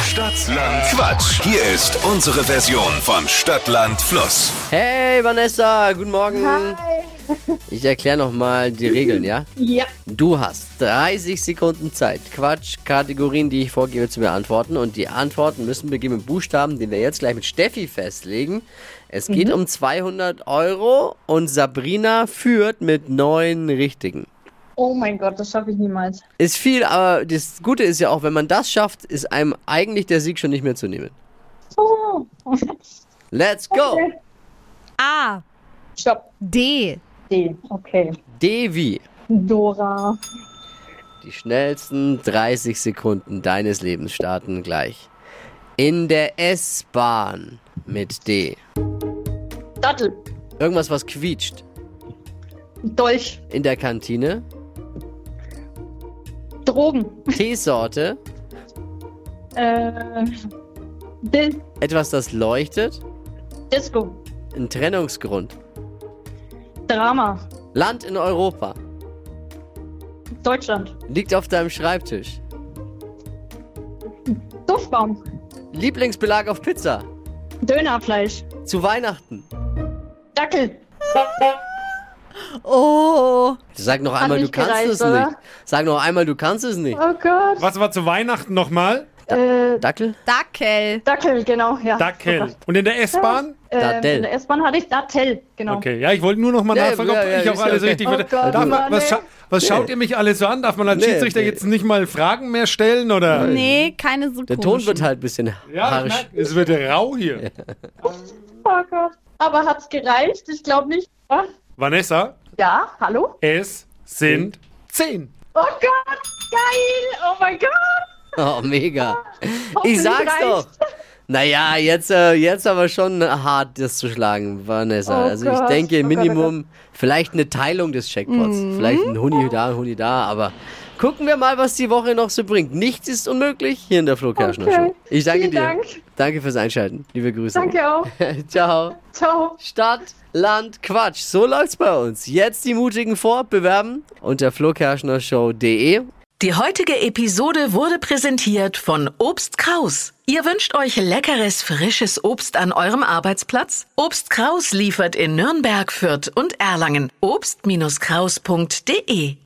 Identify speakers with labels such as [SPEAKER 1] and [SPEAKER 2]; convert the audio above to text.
[SPEAKER 1] Stadtland Quatsch. Hier ist unsere Version von Stadtland Fluss.
[SPEAKER 2] Hey Vanessa, guten Morgen.
[SPEAKER 3] Hi.
[SPEAKER 2] Ich erkläre nochmal die Regeln, ja?
[SPEAKER 3] Ja,
[SPEAKER 2] Du hast 30 Sekunden Zeit, Quatschkategorien, die ich vorgebe, zu beantworten. Und die Antworten müssen beginnen mit Buchstaben, den wir jetzt gleich mit Steffi festlegen. Es geht um 200 Euro und Sabrina führt mit neun richtigen.
[SPEAKER 3] oh mein Gott, das schaffe ich niemals.
[SPEAKER 2] Ist viel, aber das Gute ist ja auch, wenn man das schafft, ist einem eigentlich der Sieg schon nicht mehr zu nehmen.
[SPEAKER 3] Oh.
[SPEAKER 2] Let's go!
[SPEAKER 4] A.
[SPEAKER 3] Stopp.
[SPEAKER 4] D.
[SPEAKER 3] D. Okay.
[SPEAKER 2] Devi.
[SPEAKER 3] Dora.
[SPEAKER 2] Die schnellsten 30 Sekunden deines Lebens starten gleich. In der S-Bahn mit D.
[SPEAKER 3] Dattel.
[SPEAKER 2] Irgendwas, was quietscht.
[SPEAKER 3] Dolch.
[SPEAKER 2] In der Kantine.
[SPEAKER 3] Drogen.
[SPEAKER 2] Teesorte.
[SPEAKER 3] Äh. Dis
[SPEAKER 2] Etwas, das leuchtet.
[SPEAKER 3] Disco.
[SPEAKER 2] Ein Trennungsgrund.
[SPEAKER 3] Drama.
[SPEAKER 2] Land in Europa.
[SPEAKER 3] Deutschland.
[SPEAKER 2] Liegt auf deinem Schreibtisch.
[SPEAKER 3] Duftbaum.
[SPEAKER 2] Lieblingsbelag auf Pizza.
[SPEAKER 3] Dönerfleisch.
[SPEAKER 2] Zu Weihnachten.
[SPEAKER 3] Dackel.
[SPEAKER 4] Oh.
[SPEAKER 2] Sag noch einmal, du
[SPEAKER 3] nicht
[SPEAKER 2] kannst
[SPEAKER 3] gereicht,
[SPEAKER 2] es
[SPEAKER 3] oder?
[SPEAKER 2] nicht. Sag noch einmal, du kannst es nicht.
[SPEAKER 3] Oh Gott.
[SPEAKER 5] Was war zu Weihnachten nochmal?
[SPEAKER 3] Äh,
[SPEAKER 2] Dackel?
[SPEAKER 4] Dackel.
[SPEAKER 3] Dackel, genau, ja.
[SPEAKER 5] Dackel. Und in der S-Bahn?
[SPEAKER 3] Ähm,
[SPEAKER 2] Dattel.
[SPEAKER 3] in der S-Bahn hatte ich Dattel, genau.
[SPEAKER 5] Okay, ja, ich wollte nur nochmal
[SPEAKER 2] Nee,
[SPEAKER 5] nachfragen, ob
[SPEAKER 2] ja, ja,
[SPEAKER 5] ich auch
[SPEAKER 2] ist ja
[SPEAKER 5] alles
[SPEAKER 2] okay.
[SPEAKER 5] richtig
[SPEAKER 3] Oh
[SPEAKER 5] verstehe.
[SPEAKER 3] Gott,
[SPEAKER 5] Darf man,
[SPEAKER 3] Mann,
[SPEAKER 5] was,
[SPEAKER 3] ey.
[SPEAKER 5] scha was schaut ihr mich alles so an? Darf man als
[SPEAKER 2] Nee,
[SPEAKER 5] Schiedsrichter
[SPEAKER 2] nee.
[SPEAKER 5] jetzt nicht mal Fragen mehr stellen? Oder?
[SPEAKER 4] Nee, keine so
[SPEAKER 2] Der Ton wird halt ein bisschen
[SPEAKER 5] Ja, ich
[SPEAKER 2] harsch.
[SPEAKER 5] merk, es wird rau hier.
[SPEAKER 3] Oh Gott. Aber hat's gereicht? Ich glaube nicht. Ah,
[SPEAKER 5] Vanessa,
[SPEAKER 3] Ja, hallo?
[SPEAKER 5] es sind zehn.
[SPEAKER 3] Oh Gott, geil! Oh mein Gott!
[SPEAKER 2] Oh, mega.
[SPEAKER 3] Hoffentlich
[SPEAKER 2] Ich sag's doch.
[SPEAKER 3] reicht's.
[SPEAKER 2] Naja, jetzt, äh, jetzt aber schon hart, das zu schlagen, Vanessa.
[SPEAKER 3] Oh
[SPEAKER 2] also ich
[SPEAKER 3] Gott.
[SPEAKER 2] denke,
[SPEAKER 3] Oh Gott, Mhm. oh
[SPEAKER 2] Minimum vielleicht eine Teilung des Checkpots. Vielleicht ein Huni da, Huni da, aber gucken wir mal, was die Woche noch so bringt. Nichts ist unmöglich hier in der Flo Kerschner
[SPEAKER 3] Okay.
[SPEAKER 2] Show. Ich danke
[SPEAKER 3] Vielen
[SPEAKER 2] dir.
[SPEAKER 3] Dank.
[SPEAKER 2] Danke fürs Einschalten. Liebe Grüße.
[SPEAKER 3] Danke auch.
[SPEAKER 2] Ciao.
[SPEAKER 3] Ciao.
[SPEAKER 2] Stadt, Land, Quatsch. So läuft's bei uns. Jetzt die Mutigen vor, bewerben unter flokerschnershow.de
[SPEAKER 6] Die heutige Episode wurde präsentiert von Obst Kraus. Ihr wünscht euch leckeres, frisches Obst an eurem Arbeitsplatz? Obst Kraus liefert in Nürnberg, Fürth und Erlangen. Obst-Kraus.de